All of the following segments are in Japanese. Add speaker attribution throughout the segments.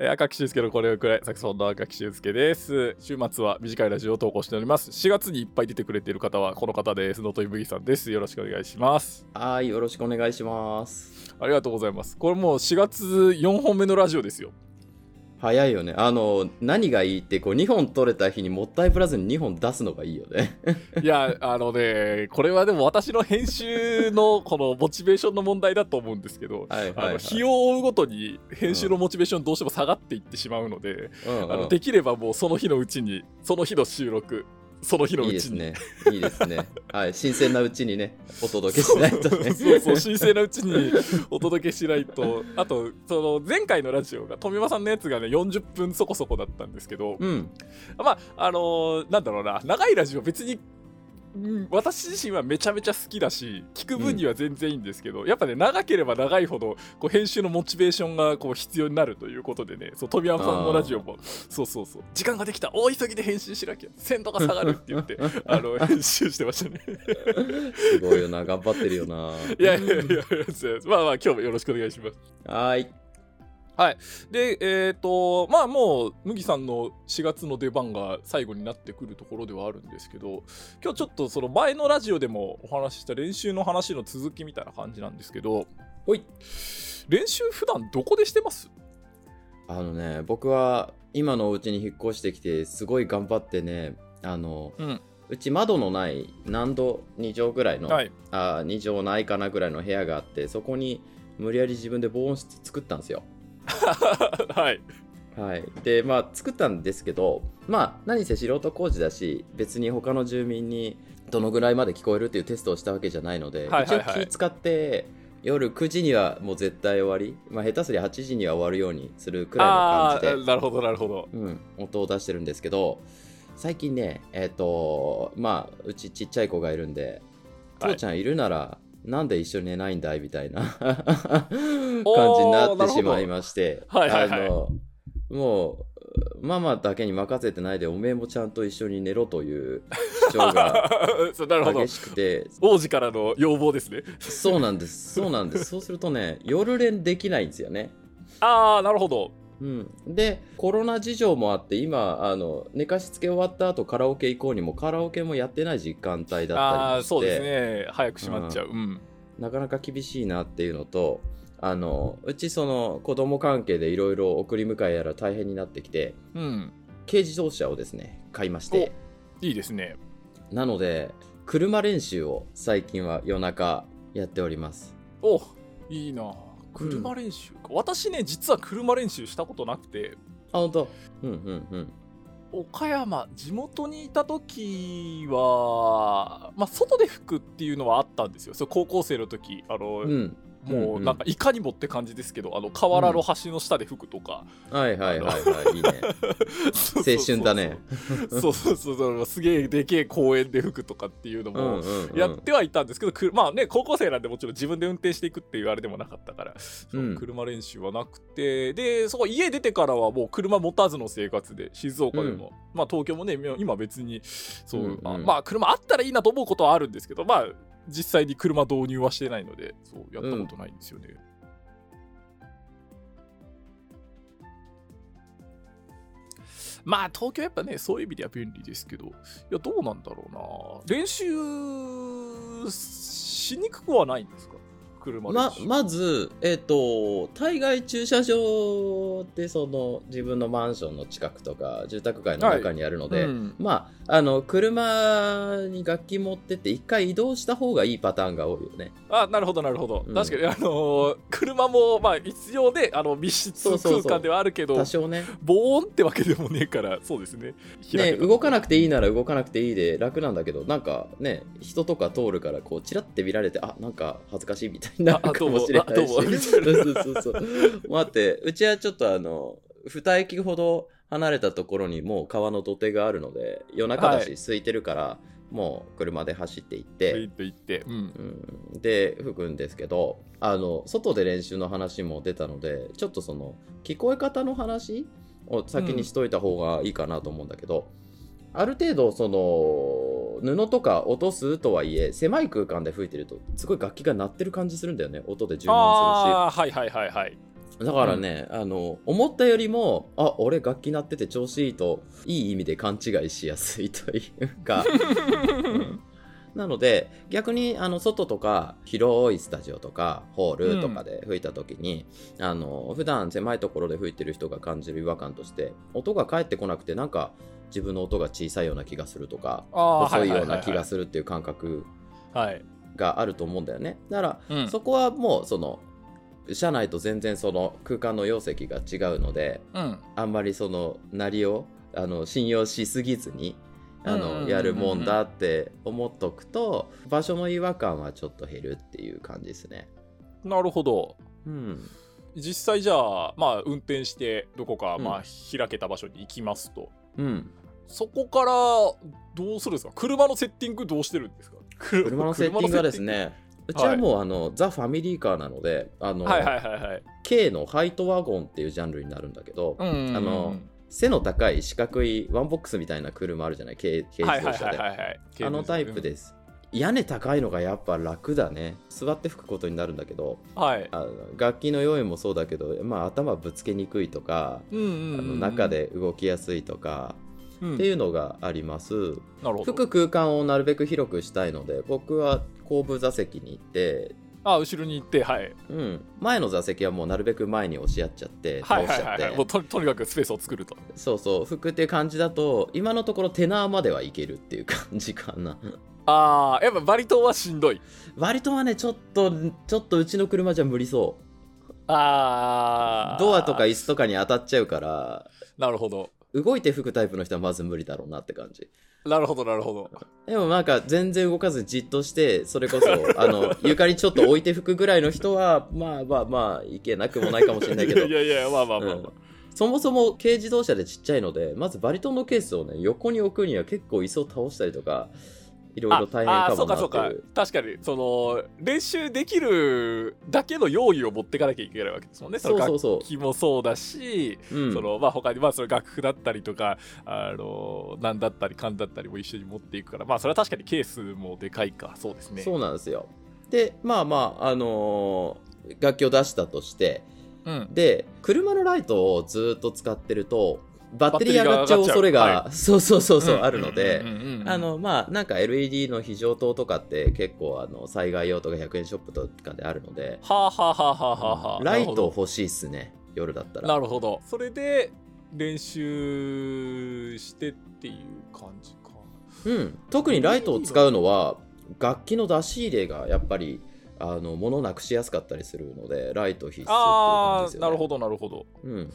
Speaker 1: えー赤木俊介のこれをくらい、サクソフォンの赤木俊介です。週末は短いラジオを投稿しております。4月にいっぱい出てくれている方はこの方です。野戸いぶぎさんです。よろしくお願いします。
Speaker 2: はい、よろしくお願いします。
Speaker 1: ありがとうございます。これもう4月4本目のラジオです よ。
Speaker 2: 早いよね。あの、何がいいって、こう、2本取れた日にもったいぶらずに2本出すのがいいよね。
Speaker 1: いや、あのね、これはでも私の編集のこのモチベーションの問題だと思うんですけど、
Speaker 2: はい
Speaker 1: あ
Speaker 2: はい、は
Speaker 1: の
Speaker 2: い。
Speaker 1: 日を追うごとに編集のモチベーションどうしても下がっていってしまうので、
Speaker 2: うんうん
Speaker 1: あのできればもうその日のうちに、その日の収録、その日の
Speaker 2: いういで
Speaker 1: ち
Speaker 2: す
Speaker 1: に。
Speaker 2: ね。いいですね。はい、新鮮なうちに ね、お届けしない
Speaker 1: そ
Speaker 2: とね。
Speaker 1: うそうそう神聖なうちにお届けしないとあとその前回のラジオが富山さんのやつがね40分そこそこだったんですけど、
Speaker 2: うん。
Speaker 1: まああのーなんだろうな長いラジオ別に、うん私自身はめちゃめちゃ好きだし聞く分には全然いいんですけど、やっぱね長ければ長いほどこう編集のモチベーションがこう必要になるということでねそう富山さんのラジオもそうそうそう時間ができた大急ぎで編集しなきゃ鮮度が下がるって言って あの編集してましたね。
Speaker 2: すごいよな、頑張ってるよな。
Speaker 1: いやいやいやいや、まあまあ今日もよろしくお願いします。
Speaker 2: はい。
Speaker 1: で、えっ、と、まあもう、麦さんの4月の出番が最後になってくるところではあるんですけど、今日ちょっとその前のラジオでもお話しした練習の話の続きみたいな感じなんですけど、
Speaker 2: ほい。
Speaker 1: 練習普段どこでしてます
Speaker 2: あのね、僕は今のお家に引っ越してきて、すごい頑張ってね、あの、
Speaker 1: うん
Speaker 2: うち窓のない何度2畳ぐらいの、
Speaker 1: はい。
Speaker 2: あ2畳ないかなぐらいの部屋があってそこに無理やり自分で防音室作ったんですよ。
Speaker 1: はい。
Speaker 2: はい、でまあ作ったんですけどまあ何せ素人工事だし別に他の住民にどのぐらいまで聞こえるっていうテストをしたわけじゃないので、
Speaker 1: はいはいはい
Speaker 2: 一応気使って夜9時にはもう絶対終わり、まあ、下手すりゃ8時には終わるようにするくらいの
Speaker 1: あ
Speaker 2: 感
Speaker 1: あ
Speaker 2: じで
Speaker 1: ー、なるほど、なるほど。
Speaker 2: うん、音を出してるんですけど最近ねえっ、とまあうちちっちゃい子がいるんで「
Speaker 1: はい
Speaker 2: 父ちゃんいるならなんで一緒に寝ないんだい?」みたい な
Speaker 1: お
Speaker 2: 感じ
Speaker 1: ー
Speaker 2: になってしまいまして
Speaker 1: なるほどはいはいはい
Speaker 2: あのもうママだけに任せてないでおめえもちゃんと一緒に寝ろという主張が
Speaker 1: そう なるほど
Speaker 2: 激。しくて
Speaker 1: 王子からの要望ですね。
Speaker 2: そうなんですそうなんですそうするとね夜練できないんですよね。
Speaker 1: ああ、なるほど。
Speaker 2: うん、でコロナ事情もあって今あの寝かしつけ終わった後カラオケ行こうにもカラオケもやってない時間帯だったりもして
Speaker 1: ああー、そうですね。早く閉まっちゃう。うん。
Speaker 2: なかなか厳しいなっていうのとあのうちその子供関係でいろいろ送り迎えやら大変になってきて
Speaker 1: うん。
Speaker 2: 軽自動車をですね買いまして
Speaker 1: いいですね。
Speaker 2: なので車練習を最近は夜中やっております
Speaker 1: おいいな車練習か、私ね実は車練習したことなくて
Speaker 2: あ本当うんうんうん
Speaker 1: 岡山地元にいた時は、まあ、外で吹くっていうのはあったんですよそれ高校生の時あの、
Speaker 2: うん
Speaker 1: もううんなんかいかにもって感じですけどあの河原の橋の下で吹くとか、
Speaker 2: はいはいはいはいいいね
Speaker 1: そうそう
Speaker 2: 青春だね
Speaker 1: そうそうそうそうすげえでけえ公園で吹くとかっていうの
Speaker 2: うん
Speaker 1: も
Speaker 2: うん、うん、
Speaker 1: やってはいたんですけど、くまあね高校生なんでもちろん自分で運転していくっていうあれでもなかったからそう
Speaker 2: うん
Speaker 1: 車練習はなくてでそこ家出てからはもう車持たずの生活で静岡でも、まあ東京もね今今別にそう、
Speaker 2: うんうん
Speaker 1: あまあ車あったらいいなと思うことはあるんですけどまあ実際に車導入はしてないのでそうやったことないんですよね。まあ東京やっぱねそういう意味では便利ですけどいやどうなんだろうな練習しにくくはないんですか車
Speaker 2: ま
Speaker 1: 練習
Speaker 2: まず、えっと対外駐車場でその自分のマンションの近くとか住宅街の中にあるので、
Speaker 1: うん
Speaker 2: まあ、あの車に楽器持ってって一回移動した方がいいパターンが多いよね
Speaker 1: あなるほどなるほど、
Speaker 2: うん
Speaker 1: 確かにあのー車もまあ必要であの密室
Speaker 2: そうそうそ
Speaker 1: 空
Speaker 2: う
Speaker 1: 間ではあるけど
Speaker 2: 多少ね
Speaker 1: 防音ってわけでもねえからそうですね
Speaker 2: ね動かな
Speaker 1: く
Speaker 2: くていいなら動かなくていいで楽なんだけどなんかね人とか通るからこうチラって見られてあなんか恥ずかしいみたいにな
Speaker 1: あ
Speaker 2: る
Speaker 1: あ
Speaker 2: か
Speaker 1: どうも
Speaker 2: もしれ
Speaker 1: あ
Speaker 2: な
Speaker 1: どう
Speaker 2: いし
Speaker 1: もみた
Speaker 2: そ
Speaker 1: いうな
Speaker 2: そうそう待ってうちはちょっとあの2駅ほど離れたところにもう川の土手があるので夜中だ
Speaker 1: は
Speaker 2: し空いてるから、もう車で走っていってて、
Speaker 1: 言って、うん、
Speaker 2: うん、で吹くんですけどあの外で練習の話も出たのでちょっとその聞こえ方の話を先にしといた方がいいかなと思うんだけど、ある程度その布とか落とすとはいえ狭い空間で吹いてるとすごい楽器が鳴ってる感じするんだよね音で充満するし
Speaker 1: ああーはいはいはいはい
Speaker 2: だからね、あの思ったよりもあ俺楽器鳴ってて調子いいといい意味で勘違いしやすいという かうんなので逆にあの外とか広いスタジオとかホールとかで吹いた時に、あの普段狭いところで吹いてる人が感じる違和感として音が返ってこなくてなんか自分の音が小さいような気がするとか
Speaker 1: あー
Speaker 2: 細いような気が
Speaker 1: は
Speaker 2: するっていう感覚
Speaker 1: はいはい
Speaker 2: があると思うんだよね。だから
Speaker 1: はい、うん
Speaker 2: そこはもうその社内と全然その空間の容積が違うので
Speaker 1: うん
Speaker 2: あんまりそのなりをあの信用しすぎずにあ
Speaker 1: うんうんうんう
Speaker 2: の
Speaker 1: ん
Speaker 2: やるもんだって思っとくと場所の違和感はちょっと減るっていう感じですね。
Speaker 1: なるほど
Speaker 2: うん、
Speaker 1: 実際じゃあまあ運転してどこか
Speaker 2: うん
Speaker 1: まあ開けた場所に行きますと、
Speaker 2: うん、
Speaker 1: そこからどうするんですか車のセッティングどうしてるんですか
Speaker 2: 車のセッティングはですねうちはもう、あのザ・ファミリーカーなのであの、
Speaker 1: 車のセッティングはいはいはいはい
Speaker 2: K のハイトワゴンっていうジャンルになるんだけど、
Speaker 1: うんうんうん
Speaker 2: あの背の高い四角いワンボックスみたいな車あるじゃない軽軽
Speaker 1: はい
Speaker 2: 自
Speaker 1: はい
Speaker 2: 動車
Speaker 1: はい
Speaker 2: で
Speaker 1: はいはい
Speaker 2: あのタイプ、です。屋根高いのがやっぱ楽だね。座って吹くことになるんだけど、
Speaker 1: うんはい
Speaker 2: あの楽器の用意もそうだけど、まあ、頭ぶつけにくいとか、
Speaker 1: うんうん
Speaker 2: あ
Speaker 1: うん
Speaker 2: の中、で動きやすいとか、
Speaker 1: うん
Speaker 2: っていうのがあります。
Speaker 1: なるほ
Speaker 2: 吹
Speaker 1: ど
Speaker 2: く空間をなるべく広くしたいので、僕は後部座席に行って、
Speaker 1: あ後ろに行ってはい
Speaker 2: うん、前の座席はもうなるべく前に押し合っちゃって、
Speaker 1: は
Speaker 2: 倒
Speaker 1: い
Speaker 2: し
Speaker 1: はい
Speaker 2: ちゃっ
Speaker 1: はい
Speaker 2: て、
Speaker 1: はいもうととにかくスペースを作ると
Speaker 2: そうそう、吹くっていう感じだと、今のところテナーまではいけるっていう感じかな。
Speaker 1: ああやっぱバリ島はしんどい
Speaker 2: 割とはねちょっとちょっとうちの車じゃ無理そう
Speaker 1: ああ
Speaker 2: ドアとか椅子とかに当たっちゃうから
Speaker 1: なるほど
Speaker 2: 動いて吹くタイプの人はまず無理だろうなって感じ
Speaker 1: なるほどなるほど
Speaker 2: でもなんか全然動かずじっとしてそれこ そあの床にちょっと置いて吹くぐらいの人はまあまあまあいけなくもないかもしれないけ ど
Speaker 1: いやいやいやまあまあまあ、まあ
Speaker 2: うんそもそも軽自動車でちっちゃいのでまずバリトンのケースをね横に置くには結構椅子を倒したりとかいろいろ大変
Speaker 1: あ
Speaker 2: か
Speaker 1: あそ
Speaker 2: も
Speaker 1: うかそう
Speaker 2: な
Speaker 1: か
Speaker 2: っていう
Speaker 1: 確かにその練習できるだけの用意を持っていかなきゃいけないわけですもんね
Speaker 2: そうそうそう
Speaker 1: の楽器もそうだし、
Speaker 2: うん
Speaker 1: そのまあ他にまあその楽譜だったりとかあの何だったり勘だったりも一緒に持っていくからまあそれは確かにケースもでかいかそうですね
Speaker 2: そうなんですよでまあまああのー楽器を出したとして
Speaker 1: うん
Speaker 2: で車のライトをずっと使ってるとバッテリー上がっちゃう
Speaker 1: バッテリーが上がっちゃう
Speaker 2: 恐れがそうそうそうそう、
Speaker 1: ん
Speaker 2: あるので、
Speaker 1: うんうんうん
Speaker 2: あのまあなんか LED の非常灯とかって結構あの災害用とか100円ショップとかであるので
Speaker 1: はあはあはあはあはあはあ
Speaker 2: ライト欲しいっすね夜だったら
Speaker 1: なるほどそれで練習してっていう感じか
Speaker 2: うん、特にライトを使うのは楽器の出し入れがやっぱりあの物なくしやすかったりするのでライト必須っていう感じ
Speaker 1: あ
Speaker 2: です
Speaker 1: あ
Speaker 2: よ、ね、
Speaker 1: なるほどなるほど
Speaker 2: うん、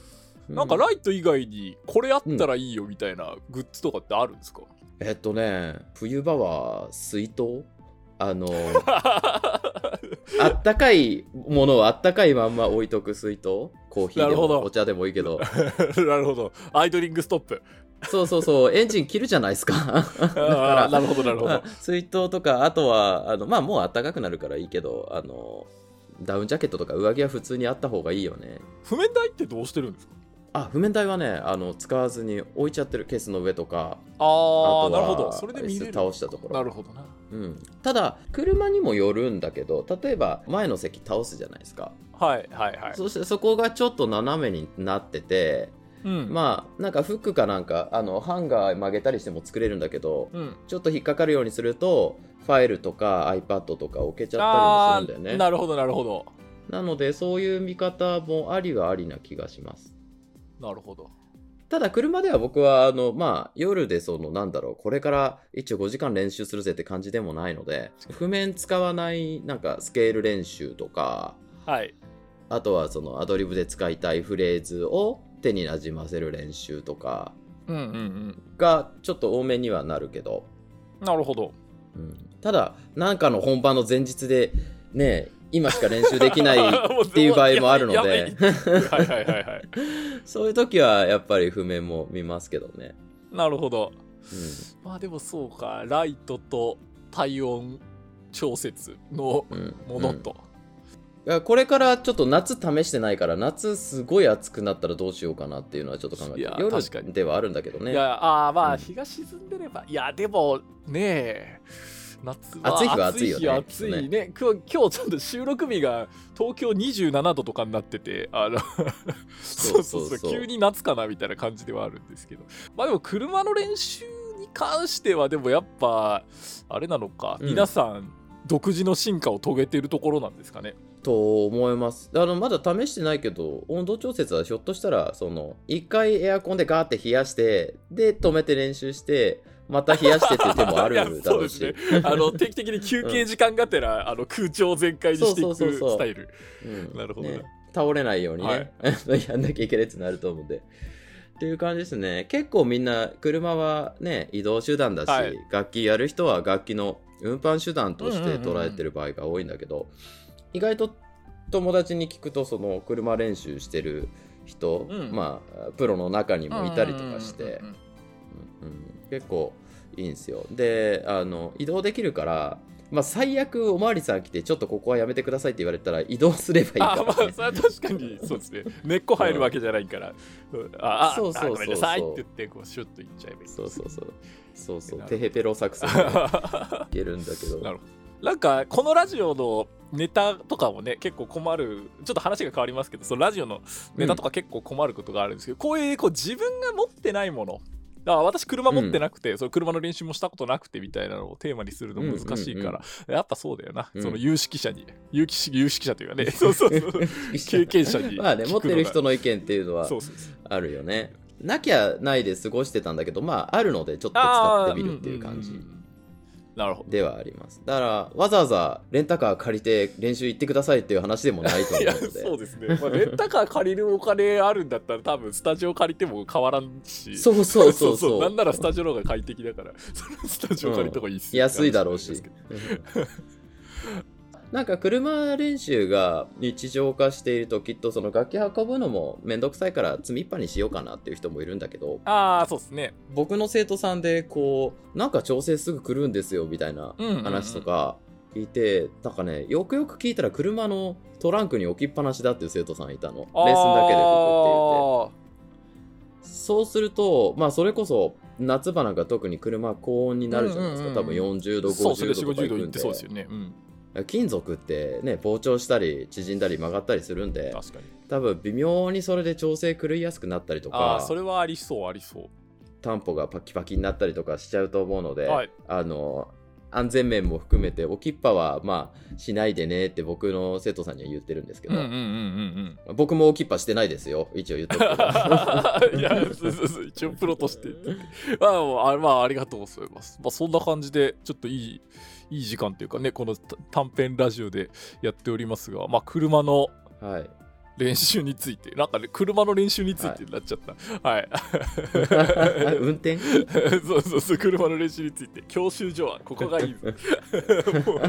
Speaker 1: なんかライト以外にこれあったらいいよみたいなグッズとかってあるんです か、
Speaker 2: えっとね冬場は水筒あの あったかいものをあったかいまんま置いとく水筒コーヒー
Speaker 1: な
Speaker 2: で
Speaker 1: るほど
Speaker 2: もお茶でもいいけど
Speaker 1: なるほど。アイドリングストップ。
Speaker 2: そうそうそうエンジン切るじゃないですかだか
Speaker 1: あ
Speaker 2: ら
Speaker 1: ー なるほど、なるほ
Speaker 2: まあ
Speaker 1: ど。
Speaker 2: 水筒とかあとはあのまあもうあったかくなるからいいけどあのダウンジャケットとか上着は普通にあった方がいいよね
Speaker 1: 譜面台ってどうしてるんですか
Speaker 2: あ譜面台はねあの使わずに置いちゃってるケースの上とか
Speaker 1: あ
Speaker 2: あ
Speaker 1: あ、
Speaker 2: と
Speaker 1: な
Speaker 2: は
Speaker 1: るほど。それで見れる。
Speaker 2: 椅子倒したところ
Speaker 1: なるほどな。
Speaker 2: うん、ただ車にもよるんだけど例えば前の席倒すじゃないですか、
Speaker 1: はい、はい、はい。
Speaker 2: そしてそこがちょっと斜めになってて
Speaker 1: うん。
Speaker 2: まあなんかフックかなんかあのハンガー曲げたりしても作れるんだけど
Speaker 1: うん、
Speaker 2: ちょっと引っかかるようにするとファイルとか iPad とか置けちゃ
Speaker 1: あ
Speaker 2: ったりもするんだ
Speaker 1: ー
Speaker 2: よ
Speaker 1: な
Speaker 2: ね
Speaker 1: るほど、なるほど。
Speaker 2: なのでそういう見方もありはありな気がします
Speaker 1: なるほど。
Speaker 2: ただ車では僕はあのまあ夜でそのなんだろうこれから一応5時間練習するぜって感じでもないので譜面使わないなんかスケール練習とか
Speaker 1: はい。
Speaker 2: あとはそのアドリブで使いたいフレーズを手になじませる練習とか
Speaker 1: うん、うん、うん。
Speaker 2: がちょっと多めにはなるけど、
Speaker 1: なるほど。
Speaker 2: うん、ただなんかの本番の前日でね今しか練習で きないっていう場合もあるの
Speaker 1: やばいや
Speaker 2: で
Speaker 1: ばいはい、はい、はい、はい。
Speaker 2: そういう時はやっぱり譜面も見ますけどね、
Speaker 1: なるほど。
Speaker 2: う
Speaker 1: まあでもそうか、ライトと体温調節の
Speaker 2: んうん、
Speaker 1: ものと。
Speaker 2: いやこれからちょっと夏試してないから夏すごい暑くなったらどうしようかなっていうのはちょっと考えて
Speaker 1: いや
Speaker 2: 夜
Speaker 1: 確かに
Speaker 2: ではあるんだけどね
Speaker 1: いやあーま
Speaker 2: う
Speaker 1: あ
Speaker 2: ん
Speaker 1: 日が沈んでれば、いやでもねえ夏
Speaker 2: 暑い日は暑いよね
Speaker 1: 暑い日暑いね今日今日ちょっと収録日が東京27度とかになっててあのそうそうそう急に夏かなみたいな感じではあるんですけどまあでも車の練習に関してはでもやっぱあれなのか、
Speaker 2: うん
Speaker 1: 皆さん独自の進化を遂げているところなんですか ね
Speaker 2: と思いますあのまだ試してないけど温度調節はひょっとしたらその一回エアコンでガーって冷やしてで止めて練習してまた冷やしてっていう手もあ
Speaker 1: いや
Speaker 2: るだ
Speaker 1: そう
Speaker 2: ろ
Speaker 1: で
Speaker 2: う
Speaker 1: すね
Speaker 2: し。
Speaker 1: あの定期的に休憩時間がてら、あの空調全開にしていく
Speaker 2: そうそうそうそう
Speaker 1: スタイル
Speaker 2: うん
Speaker 1: なるほどね
Speaker 2: 倒れないようにね、 やんなきゃいけないってなると思うんで。っていう感じですね。結構みんな車はね移動手段だし、
Speaker 1: はい
Speaker 2: 楽器やる人は楽器の運搬手段とし
Speaker 1: うんうん
Speaker 2: て
Speaker 1: うんうん
Speaker 2: 捉えてる場合が多いんだけど、意外と友達に聞くとその車練習してる人、
Speaker 1: うん
Speaker 2: まあプロの中にもいたりとかして。
Speaker 1: うんうん
Speaker 2: うんうん結構いいんですよであの移動できるから、まあ、最悪おまわりさん来てちょっとここはやめてくださいって言われたら移動すればいい
Speaker 1: あ
Speaker 2: か
Speaker 1: まあ
Speaker 2: ら、ね
Speaker 1: それは確かにそうですね根っこ入るわけじゃないから、うんああ
Speaker 2: そうそうそうそう
Speaker 1: あごめんなさいって言ってこうシュッといっちゃえばいい
Speaker 2: そうそうそうそうそう
Speaker 1: なるほど
Speaker 2: テヘペロ作戦でいけるんだけど
Speaker 1: なるほなんかこのラジオのネタとかもね結構困るちょっと話が変わりますけどそのラジオのネタとか結構困ることがあるんですけど、こういうこう自分が持ってないものだから私車持ってなくて、その車の練習もしたことなくてみたいなのをテーマにするの難しいから、
Speaker 2: うんうん
Speaker 1: やっぱそうだよな、
Speaker 2: うん
Speaker 1: その有識者に有識有識者という かねそうそうそう経験者に
Speaker 2: まあね
Speaker 1: 聞く
Speaker 2: 持
Speaker 1: の
Speaker 2: っ
Speaker 1: が
Speaker 2: てる人の意見っていうのは
Speaker 1: そうそうそう
Speaker 2: あるよねなきゃないで過ごしてたんだけどまああるのでちょっと使ってみるっていう感
Speaker 1: あーん
Speaker 2: じ
Speaker 1: んんなるほど
Speaker 2: ではありますだからわざわざレンタカー借りて練習行ってくださいっていう話でもないと
Speaker 1: い
Speaker 2: 思
Speaker 1: や
Speaker 2: うので
Speaker 1: そうですね、まあ、レンタカー借りるお金あるんだったら多分スタジオ借りても変わらんし
Speaker 2: そう そうそうそう
Speaker 1: なんならスタジオの方が快適だからそのスタジオ借りた方がいいっすよ
Speaker 2: 安いだろうし
Speaker 1: って話なんですけど。
Speaker 2: なんか車練習が日常化しているときっとその楽器運ぶのもめんどくさいから積みっぱにしようかなっていう人もいるんだけど
Speaker 1: ああそうですね
Speaker 2: 僕の生徒さんでこうなんか調整すぐ来るんですよみたいな
Speaker 1: うんうんうん
Speaker 2: 話とか聞いて、なんかねよくよく聞いたら車のトランクに置きっぱなしだっていう生徒さんいたのレッスンだけで拭くって言ってそうすると、まあ、それこそ夏場なんか特に車高温になるじゃないですか、
Speaker 1: うんうんうん
Speaker 2: 多分40度
Speaker 1: でそうそれで40
Speaker 2: 50度とかい
Speaker 1: 度
Speaker 2: く
Speaker 1: いっ
Speaker 2: ん
Speaker 1: て
Speaker 2: で
Speaker 1: そうですよねうん
Speaker 2: 金属ってね膨張したり縮んだり曲がったりするんで
Speaker 1: 確かに
Speaker 2: 多分微妙にそれで調整狂いやすくなったりと
Speaker 1: ああ
Speaker 2: か
Speaker 1: それはありそうありそう
Speaker 2: 担保がパキパキになったりとかしちゃうと思うので、
Speaker 1: はい
Speaker 2: あの安全面も含めて置きっぱはまあしないでねって僕の生徒さんには言ってるんですけ
Speaker 1: う
Speaker 2: ど、
Speaker 1: んうんうんうん
Speaker 2: 僕も置きっぱしてないですよ一応言っとくけど
Speaker 1: うんいやそうそうそう一応プロとして言っててまあもうあまあありがとうございますまあそんな感じでちょっといいいい時間というかねこの短編ラジオでやっておりますがまあ車の
Speaker 2: はい
Speaker 1: 練習についてなんかね車の練習についてになっちゃったはい、
Speaker 2: 運 転
Speaker 1: そうそうそう車の練習について教習所はここがいいぞも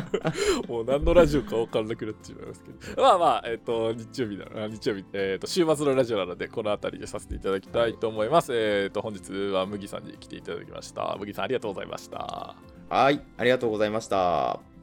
Speaker 1: うもう何のラジオか分からなくなってしまいますけどまあまあえっ、と日曜日だな日曜日えっ、と週末のラジオなのでこの辺りでさせていただきたいと思います、えっ、と本日は麦さんに来ていただきました麦さんありがとうございました
Speaker 2: はいありがとうございました